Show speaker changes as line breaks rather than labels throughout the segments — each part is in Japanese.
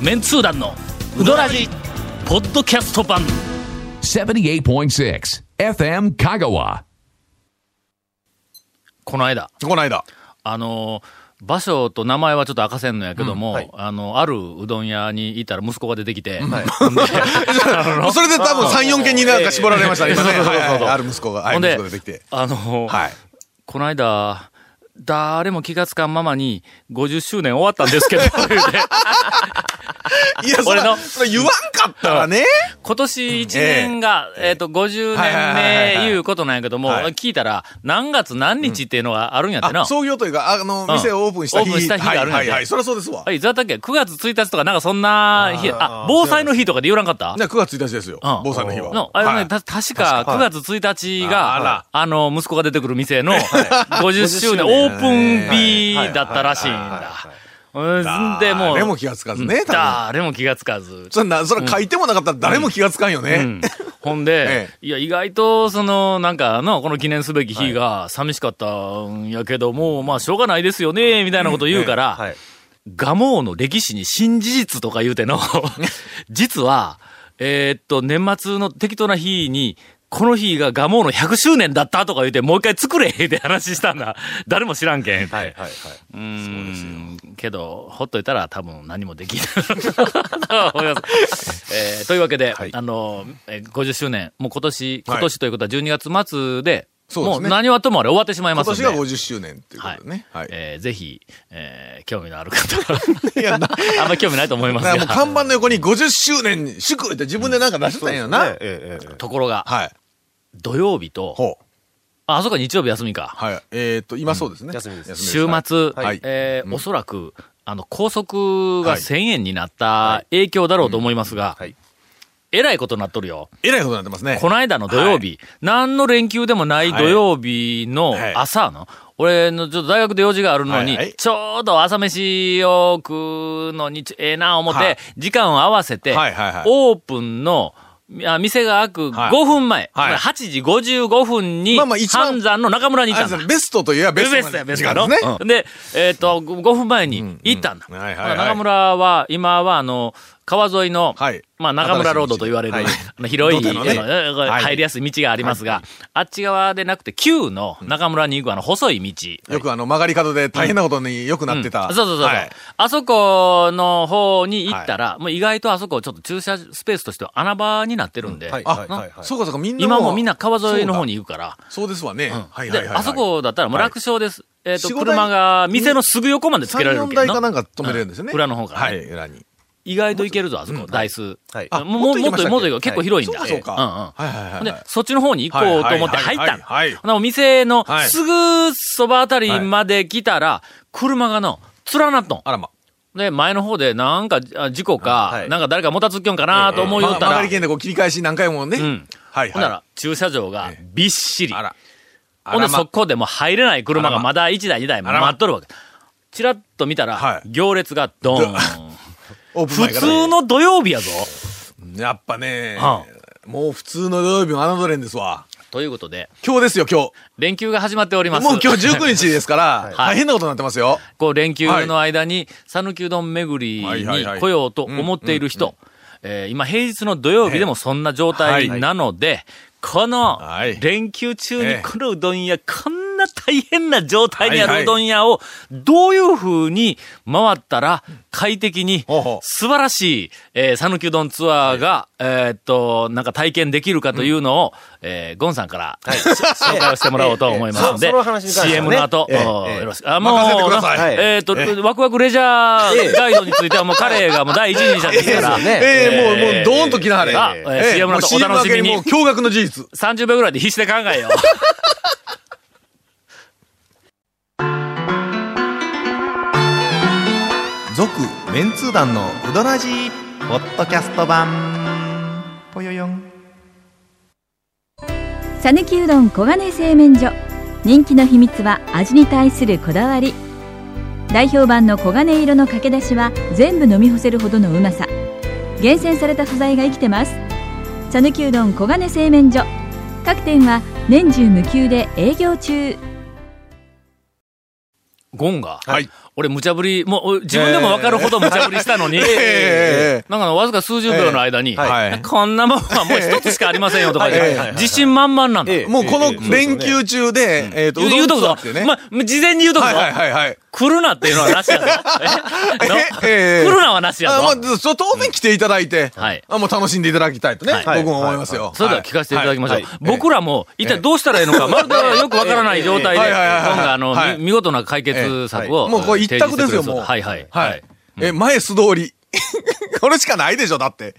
メンツー団のウドラジポッドキャスト版
78.6 FM Kagawa.
この間
この間。
あのー場所と名前はちょっと明かせんのやけども、
はい
あの、あるうどん屋にいたら息子が出てきて、
はいそれで多分3、4件になんか絞られましたね、今ね。
ええええ
はいは
そう
い
そうそう
ある息子が、はい
ほん
息
で
子が出てきて。、
あのー
はい。
この間、誰も気がつかんままに、50周年終わったんですけ ど、言うて
いや、そ
俺の
れ、それ言わんかったらね。
今年1年が、えっ、と、50年目いうことなんやけども、
はいはいはい
聞いたら、何月何日っていうのがあるんやってな。
あ創業というか、あの、
ん
店をオープンした日。
オープンした日があるんや
はい
で
はいはい。そりゃそうですわ
は。い、ざったっけ ?9 月1日とかなんかそんな日、あ、防災の日とかで言わんかった
じゃあ9月1日ですよ
うん。
坊さんの日は
の。あれね、
はい
た確か9月1日
あ
が、
ら
あの、息子が出てくる店の50周年、オープン日だったらしいんだ。うんで、もう、
誰も気がつかずね、多分。
誰も気がつかず。
そんな、それ書いてもなかったら誰も気がつかんよ
う
ね
ん。ほんで
え、
いや、意外と、その、なんか、の、この記念すべき日が寂しかったんやけども、まあ、しょうがないですよね、みたいなこと言うから、
はい。
ガモーの歴史に新事実とか言う ての、実は、えーっと、年末の適当な日に、この日がガモーの100周年だったとか言うて、もう一回作れって話したんだ。 誰も知らんけん。
はい。はい。はいう
ーん。けど、ほっといたら多分何もで きない。思いますえーというわけで、
はい
あの、えー50周年、もう今年、
は
今
い
年ということは12月末で、
そうですね
もう何はともあれ終わってしまいま
今
すので。
年が50周年っていうことでね。はい。
えーぜひ、えー興味のある方
いやな
あんまり興味ないと思います
だからもう
が、
看板の横に50周年祝って自分でなんか出してたんやな
え。えええええ
ところが、
はい。
土曜日と、
ほう。
あ、あそこ日曜日休みか。
はい。えっと、今そうですね。
休みです
週末、
はい
えー
うん
おそらく、あの、高速が
はい
1000円になった影響だろうと思いますが、
はい。
えらいことになっとるよ。
えらいことになってますね。
この間の土曜日、何の連休でもない土曜日の
はい
朝の、俺のちょっと大学で用事があるのに、
はいはい
ちょうど朝飯を食うのにちょええな思って、
はい
時間を合わせて、
はいはいはい
オープンの、あ店が開く
は
5
い
分前、
はい
8時55分に、
まあまあ一番
半山の中村にい
あ
た
れ
ん
で
だ
すね。ベストといえばベスト
ベ
な
ス
ん
トや、ベス
です
トや
か
ろ
らね。
うんで、えっ、と、5分前に行ったんだ。
うんはいはいはい
中村は、今は、あの、川沿いの、
はい
まあ、中村ロードと言われる、
はい
あの広い、
土手のね
あの
はい
入りやすい道がありますが、あっち側でなくて、旧の中村に行くあの、細い道。
よくあの曲がり角で大変なことによくなってた。
そうそうそうそう、
はい
あそこの方に行ったら、もう意外とあそこちょっと駐車スペースとしては穴場になってるんで、
はい。
あ、
はい。はい。はい。
そうかそうか、みんな
今もみんな川沿いの方に行くから、
そうだ。そうですわね。
うん
はいはいはい
で、
はい。
あそこだったらもう楽勝です。えっ、と、
四五台
車が店のすぐ横までつけられる
3 4
けど
台
な
かなんか止めれるんですよね。
うん裏の方から
は
ね
い、裏に。
意外といけるぞ、あそこ、台数。
はい
あ
あ
もうもっ
もっと行きま
と、
したっけ
もっと行こう結構広いん
そう
だ。
かそうか。
うんうん。
はいはいはい。
で、そっちの方に行こうと思って入ったの
はいはいはいはい
ほなお店の
はい
すぐそばあたりまで来たら、車がの、連なっとん。
あらま。
で、前の方で、なんか、あ事故
うんは
か、
い
なんか誰かもたつっきょんかなと思いよ
ま
った
曲が
ら
り、券でこう切り返し何回もね。
うん。
はい
ほんな
は
ら、駐車場が
え
びっしり
い。。あら。
ほんで、
あらま
そこでもう入れない車がまだ1台、2台
あらま
待っとるわけ。ちらっと見た
は
ら、
い
行列がド ーン。
オープン
普
前から
通の土曜日やぞ。
やっぱね
う、
もう普通の土曜日も侮れんですわ。
ということで、
今日ですよ、今
連休が始まっておりま
日。
す。
もう今日19日ですか ら、
はい
大変なことになってますよ。
こう連休の間に、讃岐うどん巡り
はいはいは
に
い
来ようと思っている人、えー今平日の土曜日でもそんな状態なので、この
はい
連休中に
ええ
このうどん屋、こんな大変な状態にあ
はいは
る
いう
どん屋を、どういう風に回ったら快適に
ほうほう、
素晴らしい、えー、讃岐うどんツアーが、えーっと、なんか体験できるかというのを、えーゴンさんから、紹介をしてもらおうと思いますので、
ええええそその話に関しては
CM
ね
の後、
ええ
お
ええ
よろしく。あ、
任せてください
な
はい
えっと、ワクワクレジャーガイドについてはもう彼がもう第一人者ですから
ええ、ね
ええ、もう、もう、ドーンと来なはれ。
あええ CM の後
もう CM
お楽しみに
明けもう驚愕の事実。
30秒ぐらいで必死で考えよう。
続メンツー団のウドラジーポッドキャスト版ぽよよん
さぬきうどん黄金製麺所人気の秘密は味に対するこだわり代表版の黄金色のかけだしは全部飲み干せるほどのうまさ厳選された素材が生きてますさぬきうどん黄金製麺所各店は年中無休で営業中
ゴンが、
はい
俺無茶ぶり、もうお自分でも分かるほど無茶ぶりしたのに、
ええ
なんかわずか数十秒の間に、
はい
こんなもんはもう一つしかありませんよとか言っ
はい
て
はいはい、
自信満々なんだ。
もうこの連休中で、えっと、
言う言うとくぞ
っていうね。。
まあ、事前に言うとく
はい
ぞ。
はいはいはい。
来るなっていうのはなし やぞ。えの
ええ
来るなはなしやぞ。
あまあ、そう当然来ていただいて、
はい
あもう楽しんでいただきたいとね、
はい
僕も思いますよ。
それでは聞かせていただきましょう。
はいはい
僕らも一体どうしたらいい のか、まるでよくわからない状態で、
は
今
いはいはいはい
回あの、
はい
み見事な解決策を。
もうこれ一択です
提示してくれ
よ、
そう
もう。
はいはい。
はい。え、前素 通り。これしかないでしょ、だって。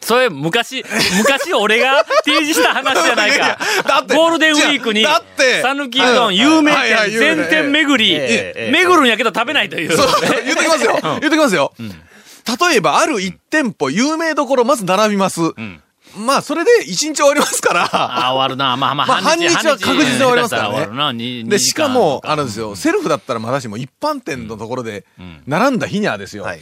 それ、昔、昔俺が提示した話じゃない
いやいや
か
だっ。て
ゴールデンウィークに、
違うだって
讃岐うどん有名
はいはい
店
有名
全店巡り、
ええ
巡るんやけど食べないという。
そう、言ってきますよ。言ってきますよ。例えば、ある一店舗、有名どころ、まず並びます。
ん
まあ、それで一日終わりますから。
ああ、終わるな。まあまあ、
まあ半日は確実に終わりますからね
下手した終わるなに
で、
に
し
時
か
間
も、あのですよ、セルフだったらまだしも、一般店のところで、並んだ日にゃですよ。
はい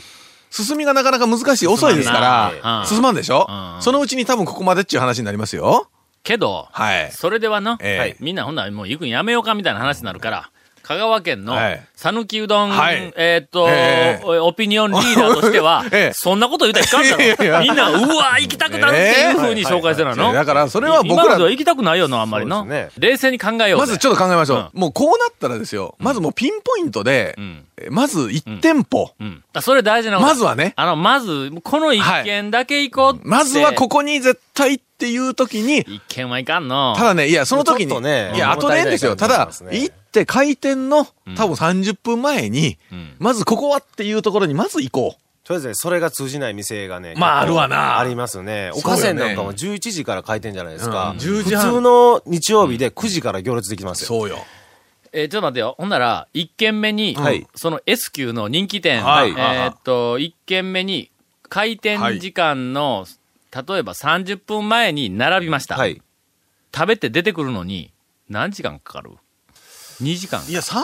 進みがなかなか難しい、遅いですか
進まんな
ら
う、ん
進まんでしょ
うん
そのうちに多分ここまでっていう話になりますよ。
けど、
はい
それではな、
ええ
はいみんなほんならもう行くんやめようかみたいな話になるから、香川県の
はい
讃岐うどん、
はい
えーっと、
ええ、
オピニオンリーダーとしては
ええ
そんなこと言うたらいかんだろ。
いやいや
みんな、うわ、行きたくなるっていうふうに紹介してるの。
だから、それは僕
今の
ら
では行きたくないよな、あんまりな。
そうです
冷静に考えようぜ。
まずちょっと考えましょう。
う
もうこうなったらですよ、まずもうピンポイントで、
ん
えまず1店舗、
うん。あそれ大事なこと
まずはね
あの、まず、この一軒だけ行こうって、
まずはここに絶対っていう時に、
一軒はいかんの。
ただね、いや、その時
ち
に、
ょっとね
いや、後
物足り
で
ない
ですよ。た
感じがし
だ
ます、ね
行って開店の多分30分前に、
ん
まずここはっていうところにまず行こう。
とりあえずね、それが通じない店がね。
まあ
結構
あるわな
ありますね。
そうよね
おかせんなんかも11時から開店じゃないですか。
うん10時半
普通の日曜日で9時から行列できますよ。
そうよ。
えーちょっと待ってよ。ほんなら、一軒目に、
はい
その S 級の人気店、
はい
えーっと、一軒目に、開店時間の、例えば30分前に並びました。
はい。
食べて出てくるのに、何時間かかる ?2 時間。
いや、30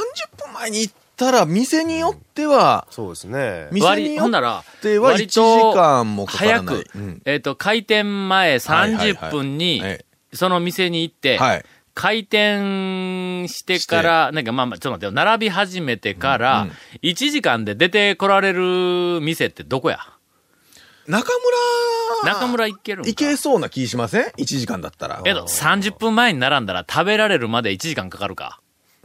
分前に行ったら、店によっては、
そうですね。
店
割
に
り、
よ
ほんな
っ
ら、
ては1時間もかから
早
ない。
く、
うん
えーっと、開店前30分に、
はいはいはいえ
その店に行って、
はい。
開店してから、なんかまあまあ、ちょっと待ってよ、並び始めてから、1時間で出てこられる店ってどこや
中村、
中村行けるんか
行けそうな気しません ?1 時間だったら。
えっと、30分前に並んだら食べられるまで1時間かかるか。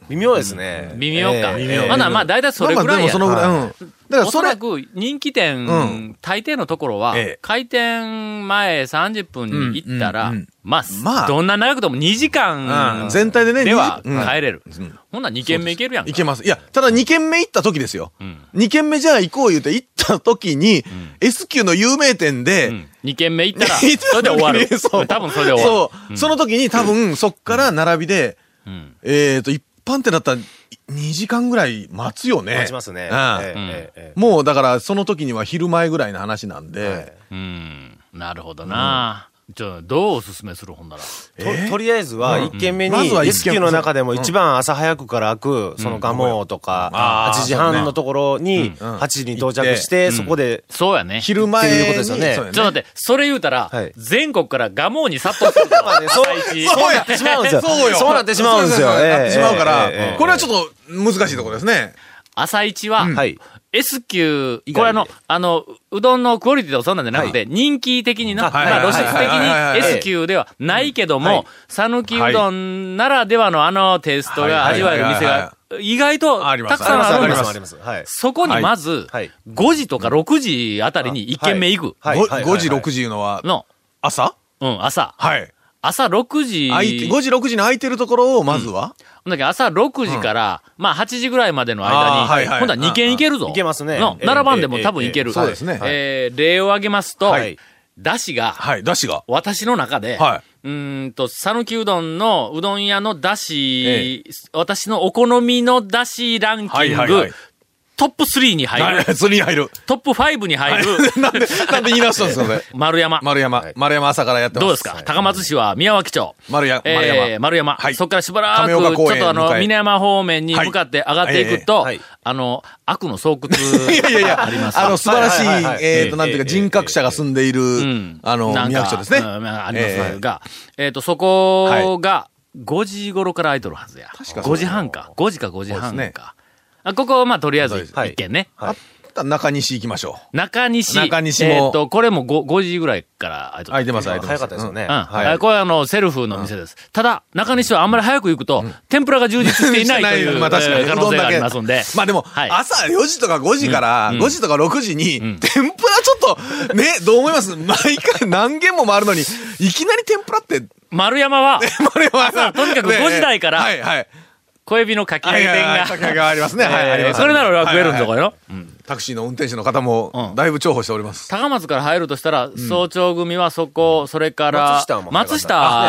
微妙ですね。
微妙か。
ええ
まだまあ、大体それぐらいや。
まあまあでもそのぐらい。うん。だから
お
そ
そ
れ
ら、く人気店、
うん
大抵のところは、
ええ
開店前30分に行ったら、
うんうんうん
まあ、
まあ
どんな長くても2時間、
うん全体でね
では
二時うん
帰れる。
うん
ほんなら2軒目行けるやんか。
行けます。いや、ただ2軒目行った時ですよ。
うん
二2軒目じゃあ行こう言うて行った時に、S 級の有名店で、
うん、2軒目行 ったら、
行った時
そ
に
れで終わる。
そう
多分それで終わる。
そう、その時に多分そっから並びで、
うん
えっ、と、一般店だったら2時間ぐらい待つよね。
待ちますね。
うん
ええ
うん
ええええ
もうだからその時には昼前ぐらいの話なんで、
うん。なるほどな。じゃあ、どうおすすめするほんなら。
ととりあえずは一軒目
ま
に
ずは一
S
軒
級の中でも一番朝早くから開くそのガモとか
あー
8時半のところに8時に到着してそこで
そうやね。
昼前に。
っていうことですよね
そうや
ちょっと待って、それ言うたら、
はい
全国からガモーに殺到するから
そう
最近
そうやってしまうんですよ。
そうよ。
そうなってしまうんですよ。
そそそなってしまうから、
ええ
これはちょっと難しいところですね。
朝一は、
ええはい。
S 級
以、外で
これあの、あの、うどんのクオリティとかそんなんじゃなくて、人気的にな、
はい
まあ露出
はいはいはい
的に S 級ではないけども、讃岐うどんならではのあのテイストが
はい
味わえる店
はいは
が、意外と
ありま
た
す
くさんあ
あ
るんで
りますすあります。はい。
そこにまず、
はい
5時とか6時あたりに1軒目行く
ご
はいはいはい
5時、6時いうのは、
の、
朝
うん、朝。
はい。
朝6時、
空いて5時、6時に空いてるところを、まずは、
ほんだけ朝6時から、まあ8時ぐらいまでの間
あー
に、
はいはい
今度は2軒行けるぞ。
うんいけますね
の
ええ
並ばんでも
ええ
多分行ける。
ええそうですね
えー例を挙げますと
はい、
だしが、
はい、だしが。
私の中で、
は
うーんと、讃岐うどんのうどん屋のだし、私のお好みのだしランキング、
はいはいはい
トップ3に
い。
入 る、
釣りに入る。
トップ5に入る、
なんで、なんで言い直したんですか、それ。
丸山。
丸山、丸山朝からやってます。
どうですか高松市は宮脇町。
丸山、丸山。
えー、丸山。
はい
そこからしばらく、
亀
ちょ
岡
っ
公園
とあの
向、かい
峰山方面に向かって上がっていくと、
はいえー
あの、悪の巣窟
いやいやいや、
あります。
あの、素晴らしい
はいはいは、い
えっと、なんていうか、
ええ
人格者が住んでいる
うん、
あの
な、んか
宮城町ですね。
うんまああります
ええ
が、えっ、と、そこが5時頃から空いとるはずや。
かそう
5時半か。5時か5時
そう
半
ですね
か。あここ、まあ、とりあえず
はい
一軒ね。
あったら中西行きましょ
中西。
中西も
えーっと、これも 5, 5時ぐらいから開いと
う。
った
空いてます、空いてます。
早かったですよね。
うん。
はい
あこれはあの、セルフの店です。ただ、中西はあんまり早く行くと、天ぷらが充実していないとい う、
まあ確かに
えー可能性がありますんで。
まあでも、
はい
朝4時とか5時から、5時とか6時に、天ぷらちょっと、ね、どう思います 毎回何軒も回るのに、いきなり天ぷらって、
丸山は、
これは
朝とにかく5時台から
はいはい。
小指のかき揚げ
はい
店
はいはい
が。
かき揚げがありますね。はい、あり
え
ま
ー
す
それなら俺 は食えるんだ
は
か
い
らよ。
タクシーの運転手の方
う
も
ん、
だいぶ重宝しております。
高松から入るとしたら、早朝組はそこ、それから、
松下も早かった
松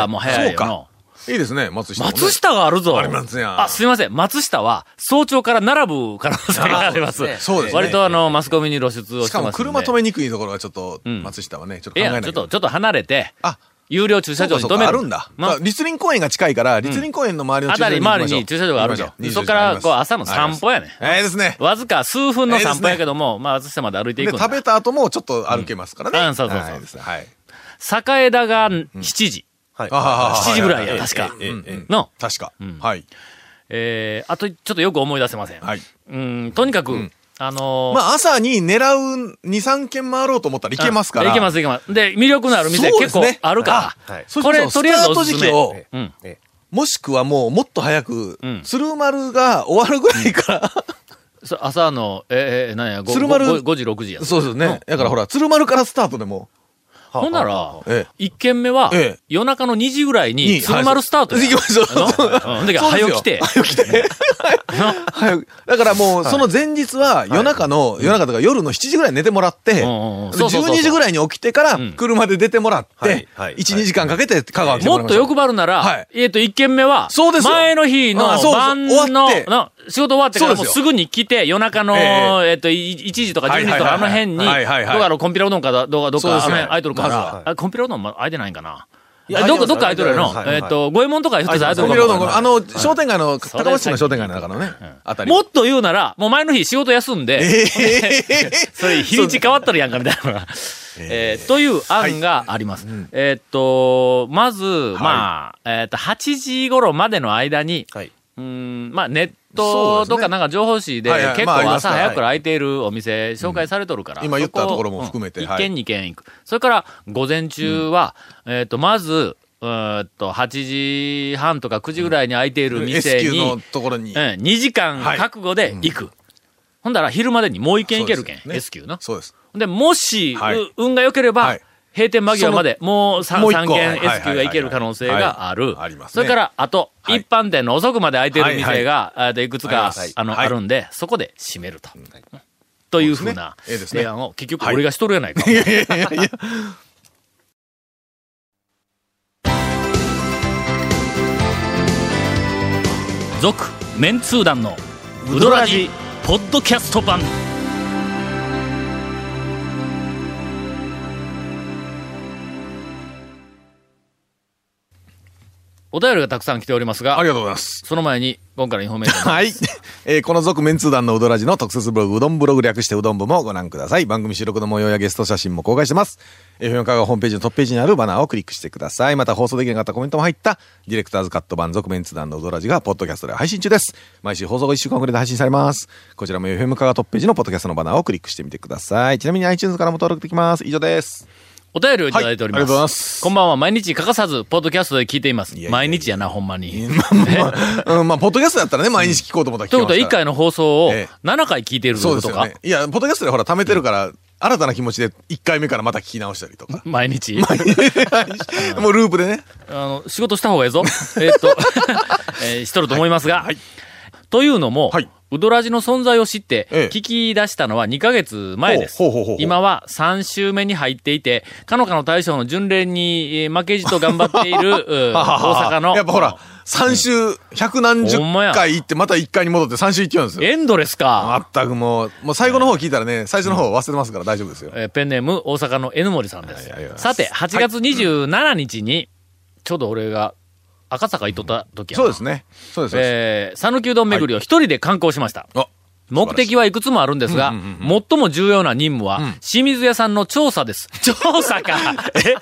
下も早いよ
あ
な。
いいですね、松下もね。
松下があるぞ。
ありますやん
あ、すいません。松下は、早朝から並ぶ可能性があります。
あ
そうですね
割とあの、マスコミに露出を
し
してます
か
んで。
も車止め
に。
にくいところはちょっと、
ん
松下はね、ちょっと
い
考えな
や、
い
ちょ
と
っと、ちょっと離れて、
あ、
有料駐車場に
そうか
止
そう
め
か
る。
あるんだ。
ま
まあ、立林公園が近いから、立林公園の周りの
あ
駐車
た
場
り
に行きまし
周
ょう。
りに駐車場があるじゃ
行きましょ
ん。
う
そこから、こう、朝の散歩やね。
ええですね。
わずか数分の散歩やけども、まあ、松下まで歩いてい
で、
くんだ
食。べた後もちょっと歩けますからね。
うんうんそうそうそう
はいですねはい。
栄枝が7時。
はい。
あー
7時ぐらい
え
や、
え
確か。
ええええ
の、
確か
ん。
はい。
えー、あと、ちょっとよく思い出せません。
はい。
うん、とにかく、あのー、
まあ、朝に狙う2、3軒回ろうと思ったらいけますから。
いけます、いけます。で、魅力のある店
そうで
結
す
構
ね
あるか
あは
ら
い、
そ
これ、
そ
とりあえず
スター
お
ト
す
時
す
期
め。
を、
うん。
え
もしくはもうもっと早く、
ん
鶴丸が終わるぐらいから、
そ朝の、え、え、え何や、ご
鶴丸。
ごご5時、6時や
そうですね。だからほら、鶴丸からスタートでも。
ほんなら
ええ、
一軒目は
ええ、
夜中の2時ぐらいに、
に
鶴丸スタートや
はい行きましょう
あのうん。だけど、
そうです
早
よ
起きて。
早く。だからもう、その前日は夜中の、夜中とか夜の7時ぐらいに寝てもらって、
うんうんうんそうそうそう
12時ぐらいに起きてから
ん、
車で出てもらっ
はい
て、
はい
1、2時間かけて香川来ても
も
らい
っ
ま
と
しょう
欲張るな
は
ら
い、
えっと、一軒目は
そうで、すよ
前の日の
あそうです
晩
終わ
の
って、
な仕事終わってからも
そう
う
です
す
よ
ぐに来て、夜中の、
え
えっと、い1時とか12時とかあの辺に、どこ
はいはいはいはいはいはい
かのコンピラうどんかどどうか、どっ
そう
か、あ
で
の
すよ
辺空いとるか
まず
ら
は、
あコンピラうどんも空いてないんかな。
いや
どっか、
空いてます
どっか空いとるやろ
空いてます
えっと、五右衛門とかひょっとしたら空いと
コンビ
る
ニ
か
う
も
ど
わ
ん
か
こ
んな
の
い
あの、商店街の、
それ
高松市の商店街の中のね、あたり。
もっと言うなら、もう前の日仕事休んで、
えー
それ日にち変わっとるやんかみたいな。えーという案があります。えーっと、まず、まあ、えーっと、8時頃までの間に、
えはいう
ーん、まあ、ネットと
そうです
か
ね
なんか情報誌で
はいはい
結
まああり
構
ます
朝
ね
早くから空いているお店紹介されとるから。
うん今言った
そを
ところも含めて
うん一
はい
軒二軒行く。それから、午前中は、えーっと、まず、うーんと、8時半とか9時ぐらいに空いている
S
店
級
に、
のところに。
うん、2時間
はい
覚悟で行く。ほんだら昼までにもう一軒行けるけん、
そうです
S
よ
級の。
そうです。
で、もし、
はいう
運が良ければ、
はい
閉店間際まで、もう 3,
もう一個
軒
はいはい
S 級が行ける可能性があ
は
る
い。あります
そ
ね
れから、あと、
はい
一般店の遅くまで空いてる店が、えーといくつか、
あります
あの、
はい
あるんで、そこで閉めると。というふうな
そうですねええですね
提案を、結局俺がしとるやないか。 続、メンツー団の、ウドラジ、ポッドキャスト版。お便りがたくさん来ておりますが
あ、りがとうございます。
その前に、今回のインフォメーション
はい。えーこの続メンツー団のうどらじの特設ブログ、うどんブログ略してうどん部もご覧ください。番組収録の模様やゲスト写真も公開してます。FM カがホームページのトップページにあるバナーをクリックしてください。また放送できなかったコメントも入った、ディレクターズカット版続メンツー団のうどらじが、ポッドキャストで配信中です。毎週放送後1週間遅れで配信されます。こちらも FM カがトップページのポッドキャストのバナーをクリックしてみてください。ちなみに iTunes からも登録できます。以 上です。
お便りをいただいております。
はいありがとうございます
こんばんは。毎日欠かさず、ポッドキャストで聞いています。
いやいや
毎日やな、ほんまに。
うん、まあ、ポッドキャストだったらね、毎日聞こうと思ったら聞
とい
け
うこと
ま
は、
す
1
から。
回の放送を
ええ
7回聞いているとい
そうう
こ
です
と
よ
か。
ね。いや、ポッドキャストでほら、貯めてるから、新たな気持ちで1回目からまた聞き直したりとか。
毎日、
もうループでね。
あの、仕事した方がええ ぞ。えーっと、えーしとると思いますが。というのも、
はいう
どらじの存在を知って
ええ、
聞き出したのは2ヶ月前です。
ほうほうほうほう
今は3週目に入っていて、かのかの大将の巡礼にえー負けじと頑張っている、 うん大阪の。
やっぱほら、3週、百何十
ほんまや
回行って、また1回に戻って3週行っちゃうんですよ。
エンドレスか。
まったくもう、もう最後の方聞いたらね、最初の方忘れてますから大丈夫ですよ。
えーペンネーム大阪の N 森さんで
は
す
いありがとうござい
さ
ます
て8月27日に、ちょうど俺が赤坂行っとった時やな
そうですね。そうです。そうです
えー讃岐うどん巡りを一人で観光しました、
あ、
目的はいくつもあるんですが、最も重要な任務は、清水屋さんの調査 です。調査かえ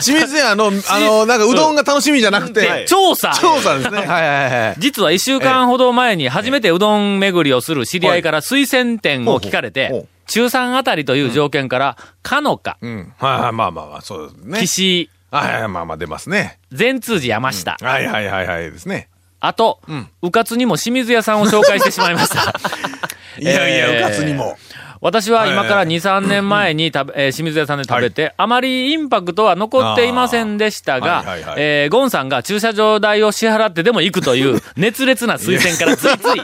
清水屋の、 あの、なんかうどんが楽しみじゃなくて、
調査
調査ですね。はいはいはい。
実は一週間ほど前に初めてうどん巡りをする知り合いから推薦店を聞かれ
ほうほう
て
ほう、
中3あたりという条件から、かのか、
うん。はいはい、まあまあまあ、そうですね。
岸井、
はいはい、まあまあ出ますね。
善通寺山下、
はいはいはいはいですね。
あと、うかつにも清水屋さんを紹介してしまいま した。
いやい
え
や、
ー
うかつにも。
私は今から2、3年前に食べ、えー清水屋さんで食べて、あまりインパクトは残っていませんでした
あーはいはい
が
は、い
えーゴンさんが駐車場代を支払ってでも行くという熱烈な推薦からついつい、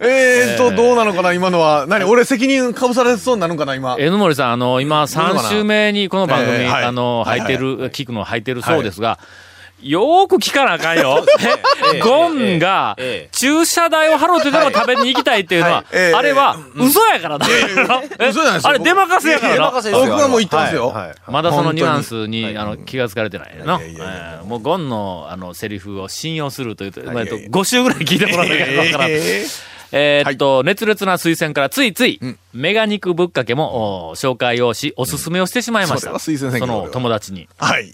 えーっと、どうなのかな、今のは。何俺責任かぶされそうになるのかな、今。
えのもりさん、あの、今、3週目にこの番組、
えーはい
あの、
はい
履いてる、聞くのを履いてるそうですが、よーく聞かなあかん よ。えゴンが、駐車代を払ってでも食べに行きたいっていうのは、
えー
あれは、嘘やからだ。え
嘘じゃないですよ
あれ、出まかせやからな。
せ
僕はもう言ってますよ。
まだそのニュアン
本
スに、あの、気がつかれてないの。えーもう、ゴンの、あの、セリフを信用するというと、まあえっと、5週ぐらい聞いてもらわなきゃわからん。えーっと、熱烈な推薦からついつい、メガ肉ぶっかけもお紹介をし、おすすめをしてしまいました。
うんそれは推薦選挙だ
の友達に。
はい。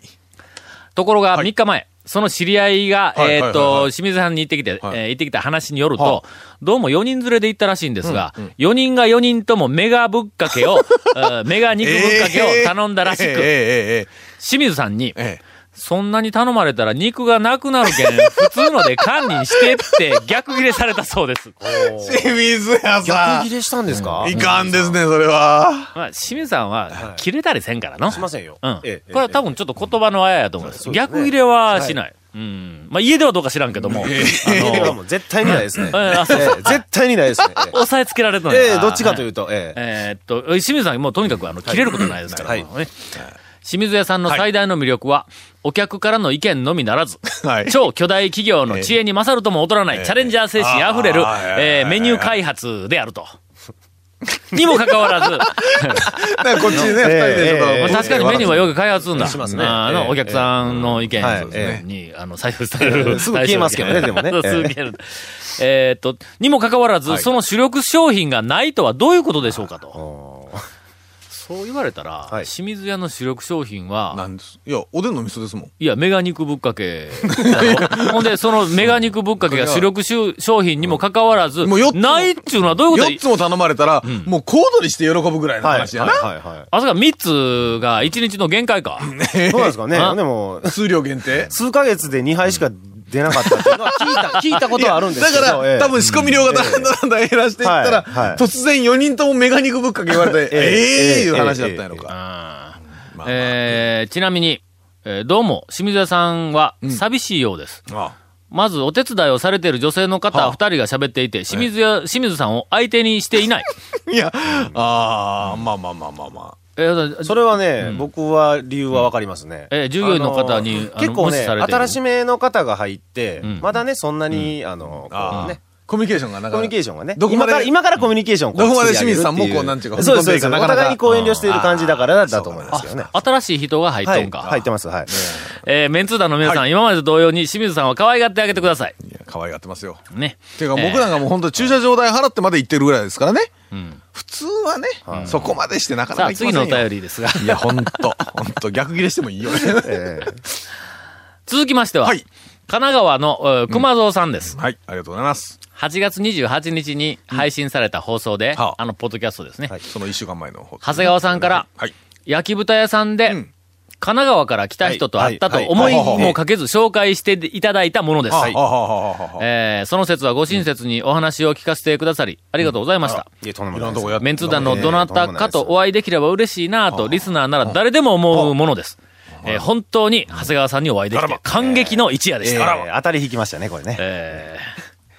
ところが、3日前、その知り合いが、
はい
えーっ
はいはい
と、
は
清水さんに行ってきて、
はい
えー行ってきた話によると、
は
どうも4人連れで行ったらしいんですが、4人が4人ともメガぶっかけ を、えーメガ肉ぶっかけを頼んだらしく、
えーえ
清水さんに、
ーえーえーえ
そんなに頼まれたら肉がなくなる けん、普通ので堪忍してって逆切れされたそう です。
ー清水屋さ
逆
ん
切。れしたんですか
いかんですね、それは。
まあ、清水さんは切れたりせんからの。
しませんよ。
うん。こ
ええ
れは多分ちょっと言葉のあややと思います。
そうですね
逆切れはしない。うん。まあ、家ではどうか知らんけども、あ
ええ
の、
もう絶対にないですね。
え
え
えあ
え
そう
絶対にないです ね。
押さえつけられたの
ええええどっちかと
う
いうと、ええ
えーっと、清水さんもうとにかくあの切れることないですから、
はい
もうね清水屋さんの最大の魅力は、お客からの意見のみならず、
はい
超巨大企業の知恵に勝るとも劣らない、チャレンジャー精神あふれる
あーはいはい、はい
えーメニュー開発であると。にもかかわらず、
なんかこっちでね、二人でちょっと。
まあ確かにメニューはよく開発するんだ。
しますね
あーあ
え
の、
え
お客さんの意見
はい
に、あの、採用される。
すぐ消えます けどねでもね
そうすぐ消える。えーっと、にもかかわらず、その主力商品がないとはどういうことでしょうかと。そう言われたら、
はい
清水屋の主力商品
な
は、
んです。いや、おでんの味噌ですもん。
いや、メガ肉ぶっか け。ほんで、そのメガ肉ぶっかけが主力商品にもかかわらず、
もう四つも
ないっちゅうのはどういうこと
4つも頼まれたら、もう小躍りして喜ぶぐらいの
はい。
話やな。
はいはいは
あそこは3つが1日の限界か。
い。そうなんですかね。
あ
でも、
数量限定。
数ヶ月で2杯しか出なかったっていうのは 聞いた、聞いたことはあるんですけど。
だから、
ええ
多分仕込み量がだんだんだんだん減らしていったら、
はいはい
突然4人ともメガ肉ぶっかけ言われて、え
ええ
えー、いう話だったんやろか。
あー
まあ
えーちなみに、えーどうも、清水屋さんは寂しいようです。
あ
まず、お手伝いをされている女性の方2人が喋っていて、清水屋、清水さんを相手にしていない。
いや、あー、まあまあまあまあま
えー
それはね、僕は理由はわかりますね。
えー従業員の方に
あの
あの
結構
無視
ね、
されてる
新しめの方が入って、
ん
まだね、そんなに、あの、
あ。あ
こう
ー
ね、
コミュニケーションがな
コ
か
ミ
な
ュニケーションがね、
どこまで
今から今からコミュニケーションをこう
どこまで
作り上げるって
清水さんも
い
こうなんていうか
そうです、そうで
踏み込んでいく
す。
か
お
なかなか
互いにこう遠慮している感じだからだと思いますけどね。
新しい人が入っ
は
と
い、
んか。
入ってます、はい。
えーメンツー団の皆さん、今までと同様に清水さんは可愛がってあげてください。
いや、可愛がってますよ。
ね。
ていうか、
えー
僕なんかもう本当駐車場代払ってまで行ってるぐらいですからね。普通はね、そこまでしてなかな
さ
か
あ、
行きま
次
せん
の
よ。
お便りですが。
いや、ほんと、ほんと、逆切れしてもい いよね。
ええ
続きましては、
はい
神奈川のえー熊蔵さんです。
はい、ありがとうございます。
8月28日に配信された放送で、
はあ
あの、ポッドキャストですね。
その1週間前の方
長谷川さんから
はい。
焼き豚屋さんで、
ん
神奈川から来た人と会ったと
はい
思い
はいはい
もかけず紹介していただいたものです。
あああああああ
えーその説はご親切にお話を聞かせてくださり、ありがとうございました。
いや、とんでも
い
な
ろ
い
んなと
です
こやって
メンツー団のどなたかとお会いできれば嬉しいなぁと、リスナーなら誰でも思うものです。えー本当に長谷川さんにお会いできて、感激の一夜でし
ええ
た。
当たり引きましたね、これね。
え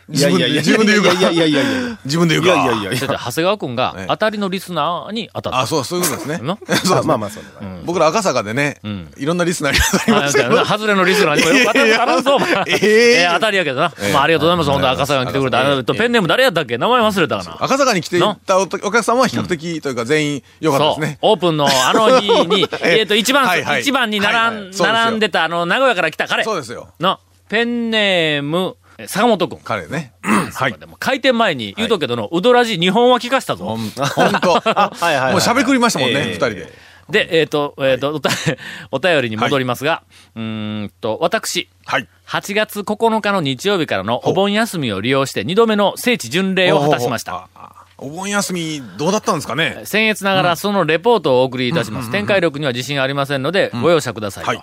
自分で自分で言うか。
いやいやいやいやいや。
自分で言うか。
いやいやいや
ー、ちょっと長谷川くんが当たりのリスナーに当たった。
あ、そう、そういうことですね。
な
そうです
まあまあ、そうだね
僕ら赤坂でね、いろんなリスナーに当たり
あ
ましたけど。
ハズレのリスナーにもよく当たる、当たるぞ、お前。
ええ
ええ当たりやけどな。まあ、ありがとうございます。本当赤坂に来てくれた。
ありが
えっとペンネーム誰やったっけ名前忘れたかな。
赤坂に来ていたお客様は比較的というか全員良かったで
そう
すね。。
オープンのあの日に、
え
えっと、一番
はいは、い
一番に並
はいは
ん
いそうですよ
並んでた、あの、名古屋から来た彼
そうですよ。
の、ペンネーム、え坂本君。
彼ね。はい。
でも開店前に言うとくけどの、うどらじ日本は聞かしたぞ。
ほんと。
はいはいはい
もう喋りくりましたもんね、
ええ
二人で。
で、えっ、と、えっ、と、おた お便りに戻りますが、うーんと、私、
はい。
8月9日の日曜日からのお盆休みを利用して2度目の聖地巡礼を果たしました。
お盆休み、どうだったんですかね
僭越ながらそのレポートをお送りいたします。展開力には自信ありませんので、ご容赦くださいと。
はい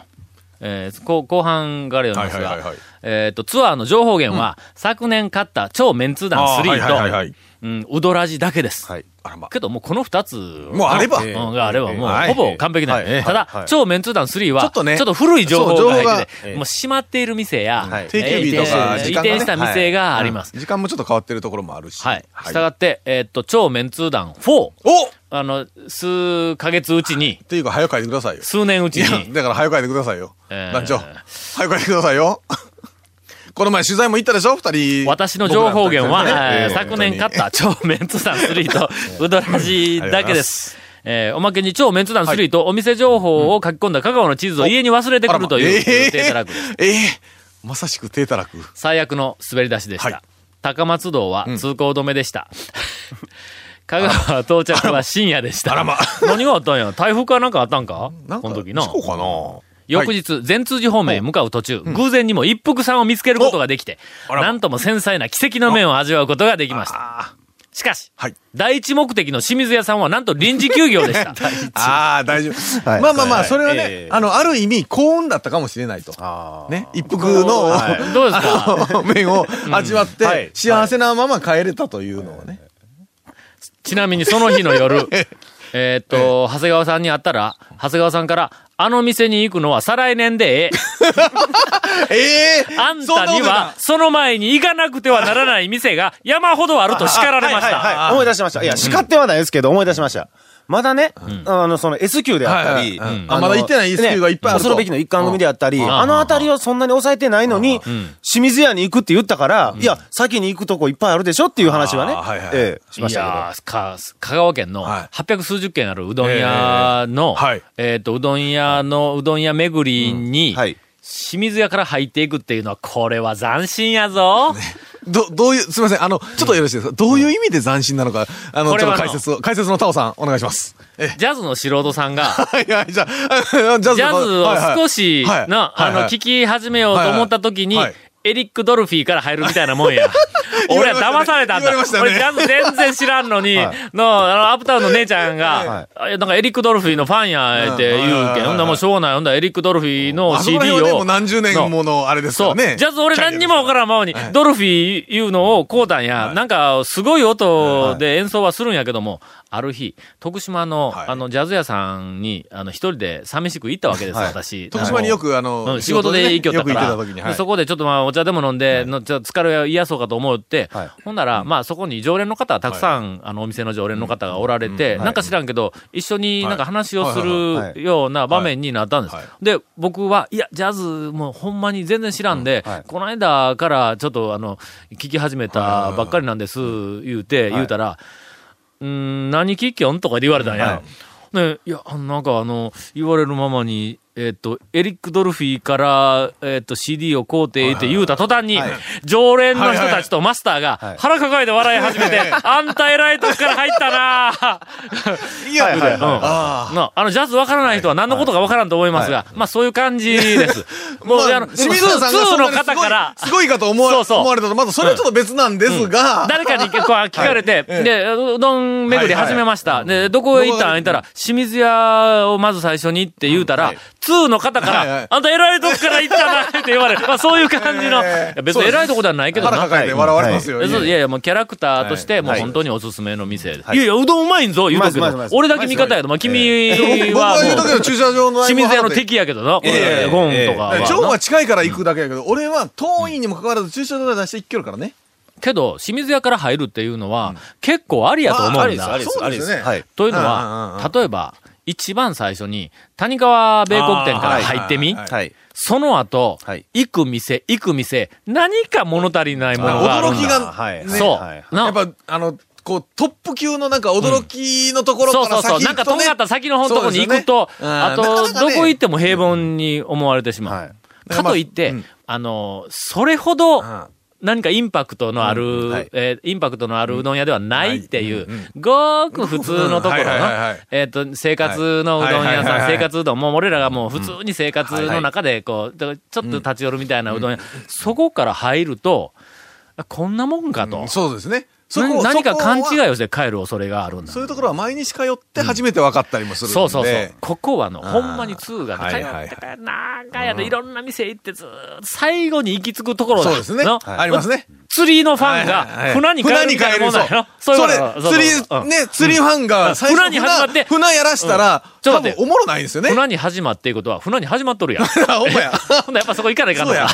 えー後後半から読みます
はいはいはい
が
はい、
えっ、と、ツアーの情報源は、昨年買った超メンツー団
あーはいはいはいは
3
い
と、うん、ウドラジだけです。
はい。あらま。
けどもうこの2つ。
もうあれば
うんがあればもう
は
ほ
い
ぼ完璧な
はいは
ん
い
ただ、超メンツー団3は、
ちょっとね
古い情報が
そう情報
入っ
が
てて、もう閉まっている店や、
はい
定休日とか
えー移転
時間がね
移転した店があります。
時間もちょっと変わってるところもあるし。
はい。したがって、えーっと、超メンツー団4。
おっ
あの、数ヶ月うちに、
ていうか、早く書いてくださいよ。
数年うち
いや、
に、
だから早く書いてくださいよ。
えー
団長。早く書いてくださいよ。 この前取材も行ったでしょ二人。
私の情報源は、
僕ら
え
二
ー
人
昨年買っ。
ええ
た超メンツ団3と、 ウドラジだけです。えーおまけに超メンツ団3とお店情報を書き込んだ香川の地図を家に忘れてくるという、低たらくです。
ええまさしく低たらく。
最悪の滑り出しでした。
はい
高松道は通行止めでした。 香川到着は深夜でした。
あらま
何があったんや台風かなんかあったんか
なんか、
この時の。
そうかな
翌日、善通寺方面へ向かう途中、偶然にも一服さんを見つけることができて、
ら
なんとも繊細な奇跡の面を味わうことができました。しかし、
はい
第一目的の清水屋さんはなんと臨時休業で した。
ああ、大丈夫。まあまあまあ、それはね、あの、ある意味、幸運だったかもしれないと。ね、一服の
どうですか
面を味わっ
は
て
い、
幸せなまま帰れたというのはね。
ちなみにその日の 夜、えーっと、長谷川さんに会ったら、長谷川さんから、あの店に行くのは再来年でえ
ええ
え。あんたには、その前に行かなくてはならない店が山ほどあると叱られまし
はい
た。
はい、思い出しました。いや、叱ってはないですけど、思い出しました。まだね、あの、その S 級であったり、
はいはいはいうん
あの
あまだ行ってない S 級がいっぱいあると
ね恐るべきの一貫組であったり、あの辺りをそんなに抑えてないのに、清水屋に行くって言ったから、いや、先に行くとこいっぱいあるでしょっていう話はね、
あーはいはい
ええしま
い
したけど。
やーか、香川県の
は
800数十軒あるうどん屋の、
えーはい
えーっと、うどん屋のうどん屋巡りに、
はい。
清水屋から入っていくっていうのは、これは斬新やぞ。
ど、どういう、すみません、あの、ちょっとよろしいですかどういう意味で斬新なのか、あの、
こ
ち
れ
ょっ
は
と解説を、解説のタオさん、お願いします。え、
ジャズの素人さんが、
はいはい、じゃあ、 ジャ
ジャズを少し、
はいはい
な、
はい
あの、
はい
聞き始めようと思った時に
はいはい、
エリック・ドルフィーから入るみたいなもんや。俺は騙されたんだ。
言われましたね
俺ジャズ全然知らんのに、の、あの、アップタウンの姉ちゃんが、あなんかエリック・ドルフィーのファンや、って
うんはい
言う
はい
け
は
ん。
い
ほんならもうしょうがない。ほんだらエリック・ドルフィーの
あそこ
CD
ら辺はね、も
を
う。何十年ものあれです
そ
から
う。
ね。
ジャズ俺何にもわからんままに、ドルフィーいうのをこうたんや、なんかすごい音で演奏はするんやけども、ある日、徳島の、
はい
あの、ジャズ屋さんに、あの、一人で寂しく行ったわけです、私。
徳島によく、あの、
うん、仕事で行きよった
よく
か
行って
ら、
た時に、は
で
い。
そこでちょっとまあお茶でも飲んで、のちょっと疲れを癒そうかと思って、
はい
ほんなら、まあそこに常連の方、たくさん、あのお店の常連の方がおられて、なんか知らんけど、一緒になんか話をす
はいはいは
る
い
ような場面になったんです。
はいは
で、僕は、いや、ジャズもうほんまに全然知らんで、
はい
この間からちょっとあの、聞き始めたばっかりなんです、言うて、言うたら、うーん、何聞きよんとかで言われたんや。
はい
ね、いや、あのなんかあの、言われるままに、えっ、と、エリック・ドルフィーから、えっ、と、CD を買うてって言うた途端に、
はい
常連の人たちとマスター
は
が
い
腹抱えて笑い始めて、あんた偉いとこから入ったなぁ
いや、
はいはいはい
あ
なあの、ジャズわからない人は何のことかわからんと思いますが、まあそういう感じです。もう、
まあ
あの、
清水さんが
通
そ
通
んな
の
にす
方
ごい
から、
すごいかと思わ
そうそう
思われたと、まずそれはちょっと別なんですが、
誰かにこう聞かれて、で、うどん巡り始めました。で、どこへ行ったん言ったら、清水屋をまず最初にって言うたら、通、の方から、
はいはい
あんた偉いとこから行ったなって言われる。まあそういう感じの、
ええ
いや別に偉いとこではないけど
腹
な。
抱えて笑われますよ。
えそういやいや、もうキャラクターとして、もう
はい
本当におすすめの店です。い、やいや、うどんうまいんぞ、言うとくけ
うまいですう
ど
まいで。す
俺だけ味方やと。まあ君
僕は言うとけ
は
ど、駐車場
も
の
う、
合
清
間
水屋の
払って
敵やけどな。
ええ
ゴンとか
え
は
え
な。
蝶は近いから行くだけやけど、俺は遠いにもかかわらず駐車場で出して行きよるからね。
けど、清水屋から入るっていうのは、結構ありやと思
ああ
う
り
ん
です
だ
あり。です
ありで
そうです
す
よね
はい。
というの
うん
は
うんう、
例えば、一番最初に、谷川米国店から入ってみ
あーはいはいは、い
はい。
その後
はい、
行く店、行く店、何か物足りないものがあるん
驚き
だ。
が、
は
ね
い
そ。
はいう
な
やっぱ、あの、こう、トップ級のなんか驚きのところ
そう
か
そうそう。
ら先
なん
行
か
く
と
と
ん
ね
がった先の方のとこに行く
そう
と
で、すよねうん
あ
な
と、
かなか
ど
ね
こ行っても平凡に思われてしま
は
う
い。
かといっ
う
て
ん、
あの、それほど
うん、
何かインパクトのある、
んはい
えーインパクトのあるうどん屋ではないっていう、ごーく普通のところの
うんはいはいはいはい、
えっと、生活のうどん
は
屋
いはいはい
さん、
はい
生活うどん、もう俺らがもう普通に生活の中で、こう、ちょっと立ち寄るみたいなうどん屋、そこから入ると、あこんなもんかと。
そうですね。そ
な
こ
何か勘違い
い。
をして帰る恐れがあるんだ
そういうところは毎日通って初めて分かったりもするんで。
そうそうそう。ここはの、
ー
ほんまに通がね、
は
通
いはいはい
ってから、なんかやで、いろんな店行って、ずーっと最後に行き着くところだ
そうですね。
の
ありますね。
釣りのファン
はいはいは
が船
い
に帰るみたいなもんなんやろ
そう
いう
れ
ことそう
釣
そうそうう
り、
ん
ね、釣りファンが最初
船に始まって
船船やらしたら、
ちょっと
多
待っ
分
て
おもろないんですよね。
船に始まっていうことは、船に始まっと るやん。ほん
あ、ほんま
な
や。
らやっぱそこ行かないかんの
そうや
か。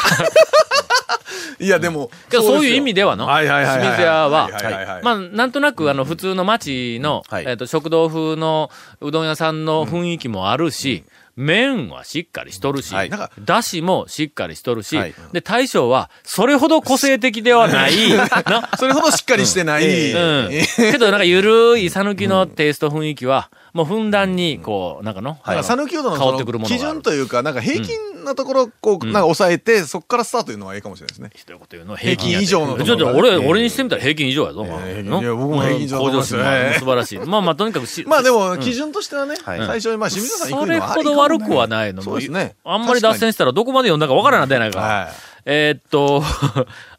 いや、でも。
けど
ですよ
そういう意味ではの、
はいはいはいはい。
清水屋は、
いいいい
まあ、なんとなく、あの、普通の町の、
はい
えっと、食堂風のうどん屋さんの雰囲気もあるし、麺はしっかりしとるし、
はいなんか
だしもしっかりしとるし、
はい
で、大将は、それほど個性的では ない、な、
それほどしっかりしてない。
うん。けど、なんか、ゆるい讃岐のテイスト雰囲気は、もう、ふんだんに、こう、なんかの、
なんか讃岐うどんのそ
香ってくる
の
ものがあ
基
る
準というか、なんか平均なところをこう、なんか抑えて、そこからスタートいうのはいいかもしれないですね。
ひどいこと言うの
平均以上の
ちょっと
ところ
俺、
がね
俺にしてみたら平均以上やぞ。お前
ええ
の
いや僕も平均以上だ
向
と思
上心
います
も
ええ
素晴らしい。まあまあ、とにかくし、
まあでも、
うん
基準としてはね、
はい
最初に、まあ、清水さん行
そ
くの
れ
はあ
ほ
りか
ど
も
悪くはないの。
そうですね。
あんまり脱線したらどこまで読んだかわからなくならないから。
は
えーっと、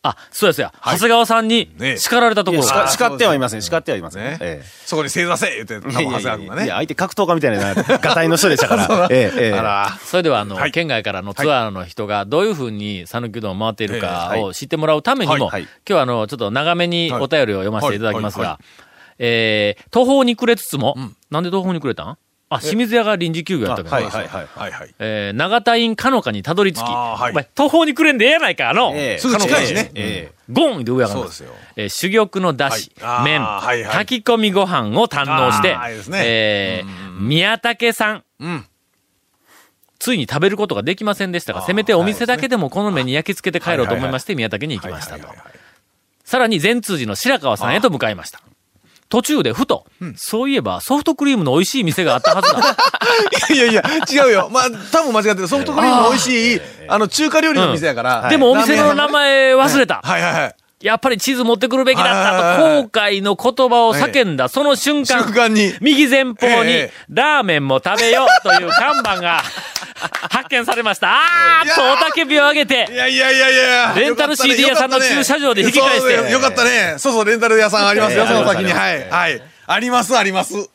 あ、そうですや。長谷川さんに
ねえ
叱られたところ
し
が、
か叱ってはいません。叱ってはいません。
ね
え
そこに正座せ言って、多
え
分長谷川君が
いやいやいやいや
ね。
相手格闘家みたいな、ガタイの人でした から。ええええ
あら、
それではあの、
はい
県外からのツアーの人がどういうふうに讃岐うどんを回っているか
ええ
を知ってもらうためにも、
はいはい
今日はあの、ちょっと長めに
はい
お便りを読ませていただきますが、
はいは
えー、途方に暮れつつも、なんで途方に暮れたんあ、清水屋が臨時休業やったから。
はいはいはい。
はいはい。
えー、長田院かのかにたどり着き、
あーはい
お前途方に暮れんでええやないか、あの、
ええ
すぐ近いしね
ええ
ゴンで上上がる
そ
ん
う
で
ですすよ。
えー珠玉のだし、
はいあー
麺、
はいはい
炊き込みご飯を堪能して、
あーいいですね
えー宮武さん,、
ん
ついに食べることができませんでしたが、せめてお店だけでもこの目に焼き付けて帰ろうと思いまして、宮武に行きましたと。さらに善通寺の白川さんへと向かいました。途中でふと、そういえばソフトクリームの美味しい店があったはず だ。
いやいや、違うよ。まあ、多分間違ってる。ソフトクリームの美味しい、あの、中華料理の店やから。
でもお店の名
ラーメン屋さんね
前忘れた。
はいはいはい。
やっぱり地図持ってくるべきだった
はいは
と、
いはい
後悔の言葉を叫んだ、その瞬間、
瞬間に
右前方
え
に
え、
ラーメンも食べようという看板が 発見されました。あーっ
いや
と、
ー
おたけびを上げ
い
て、
やいやいやいや。
レンタル
よかったね
CD 屋さんの駐車場で引き返して
そうよかったね。そうそう、レンタル屋さんありますよ、
ええ
その先
あり
に。
ます
はい。はい。あります、あります。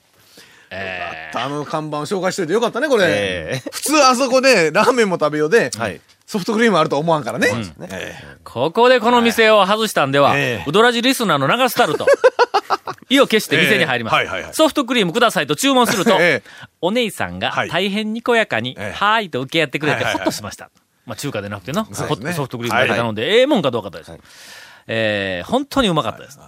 え
あの看板紹介しといてよかったね、こ
え
れ。普通あそこでラーメンも食べようで
はい、
ソフトクリームあると思わんからね。ええ
ーここでこの店を外したんでは
ええ、
ウドラジリスナーの流すた ると、意を決して店に入りま
ええはいはいは
す。
い
ソフトクリームくださいと注文すると
ええ、
お姉さんが
はい
大変にこやかに、
ええ
はーいと受け合ってくれ
はい
て
はい
ほ
は
っ
い
としました。まあ中華でなくてな、
そう
ホッ
です
ト
ね
ソフトクリームだけ頼んで、ええもんかどうかとです。えー本当にうまかったです。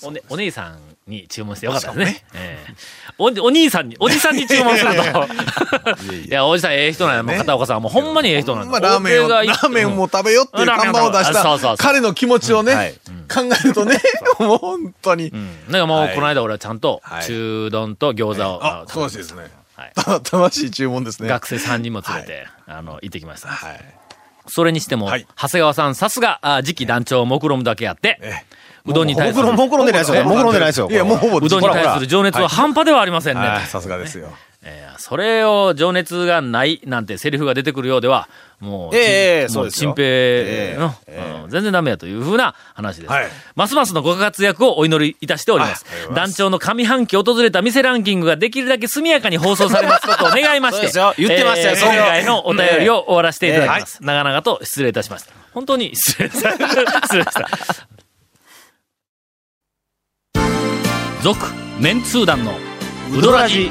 おね、お姉さんに注文してよかったですね。ええおじお兄さんに、おじさんに注文すると。いや、おじさんええ人なんや。もう片岡さんはもうほんまにええ人なん
まあ
だ。
ラーメンを、ラ
俺が
ーメン
うん
も食べようっていう看板を出し
うんラーメンをあそうそうそう
た彼の気持ちを
は
ね
い、
考えるとね、 もう本当に。
うん。なんかもう、この間俺はちゃんと
は、い
中丼と餃子を、
あ
あ、
そうですね。
はい
た正しい注文ですね。
学生3人も連れて、あの、行ってきました。
はい。
それにしても、
はい
長谷川さん、さすが、あ次期団長を目論むだけあって、
え
うどんに対す
も
る
く、ろもくろんでないですよ。もくろんでないですよ。
いや、もうほぼ
うどんに対する情熱は半端ではありませんね。
はいさすがですよ。
えーそれを情熱がないなんてセリフが出てくるようでは、もう、
ええええ
ちん
そ
も
う
う
です
陳
よ
平の、うん全然ダメやというふうな話です。
はい
ますますのご活躍をお祈りいたしております。団長の上半期訪れた店ランキングができるだけ速やかに放送されますことを願いまして、
そうですよ言ってましたよ
えー
それを
今回のお便りを終わらせていただきます。長々と失礼いたしました。本当に失礼しました。失礼した。続、メンツー団のウドラジ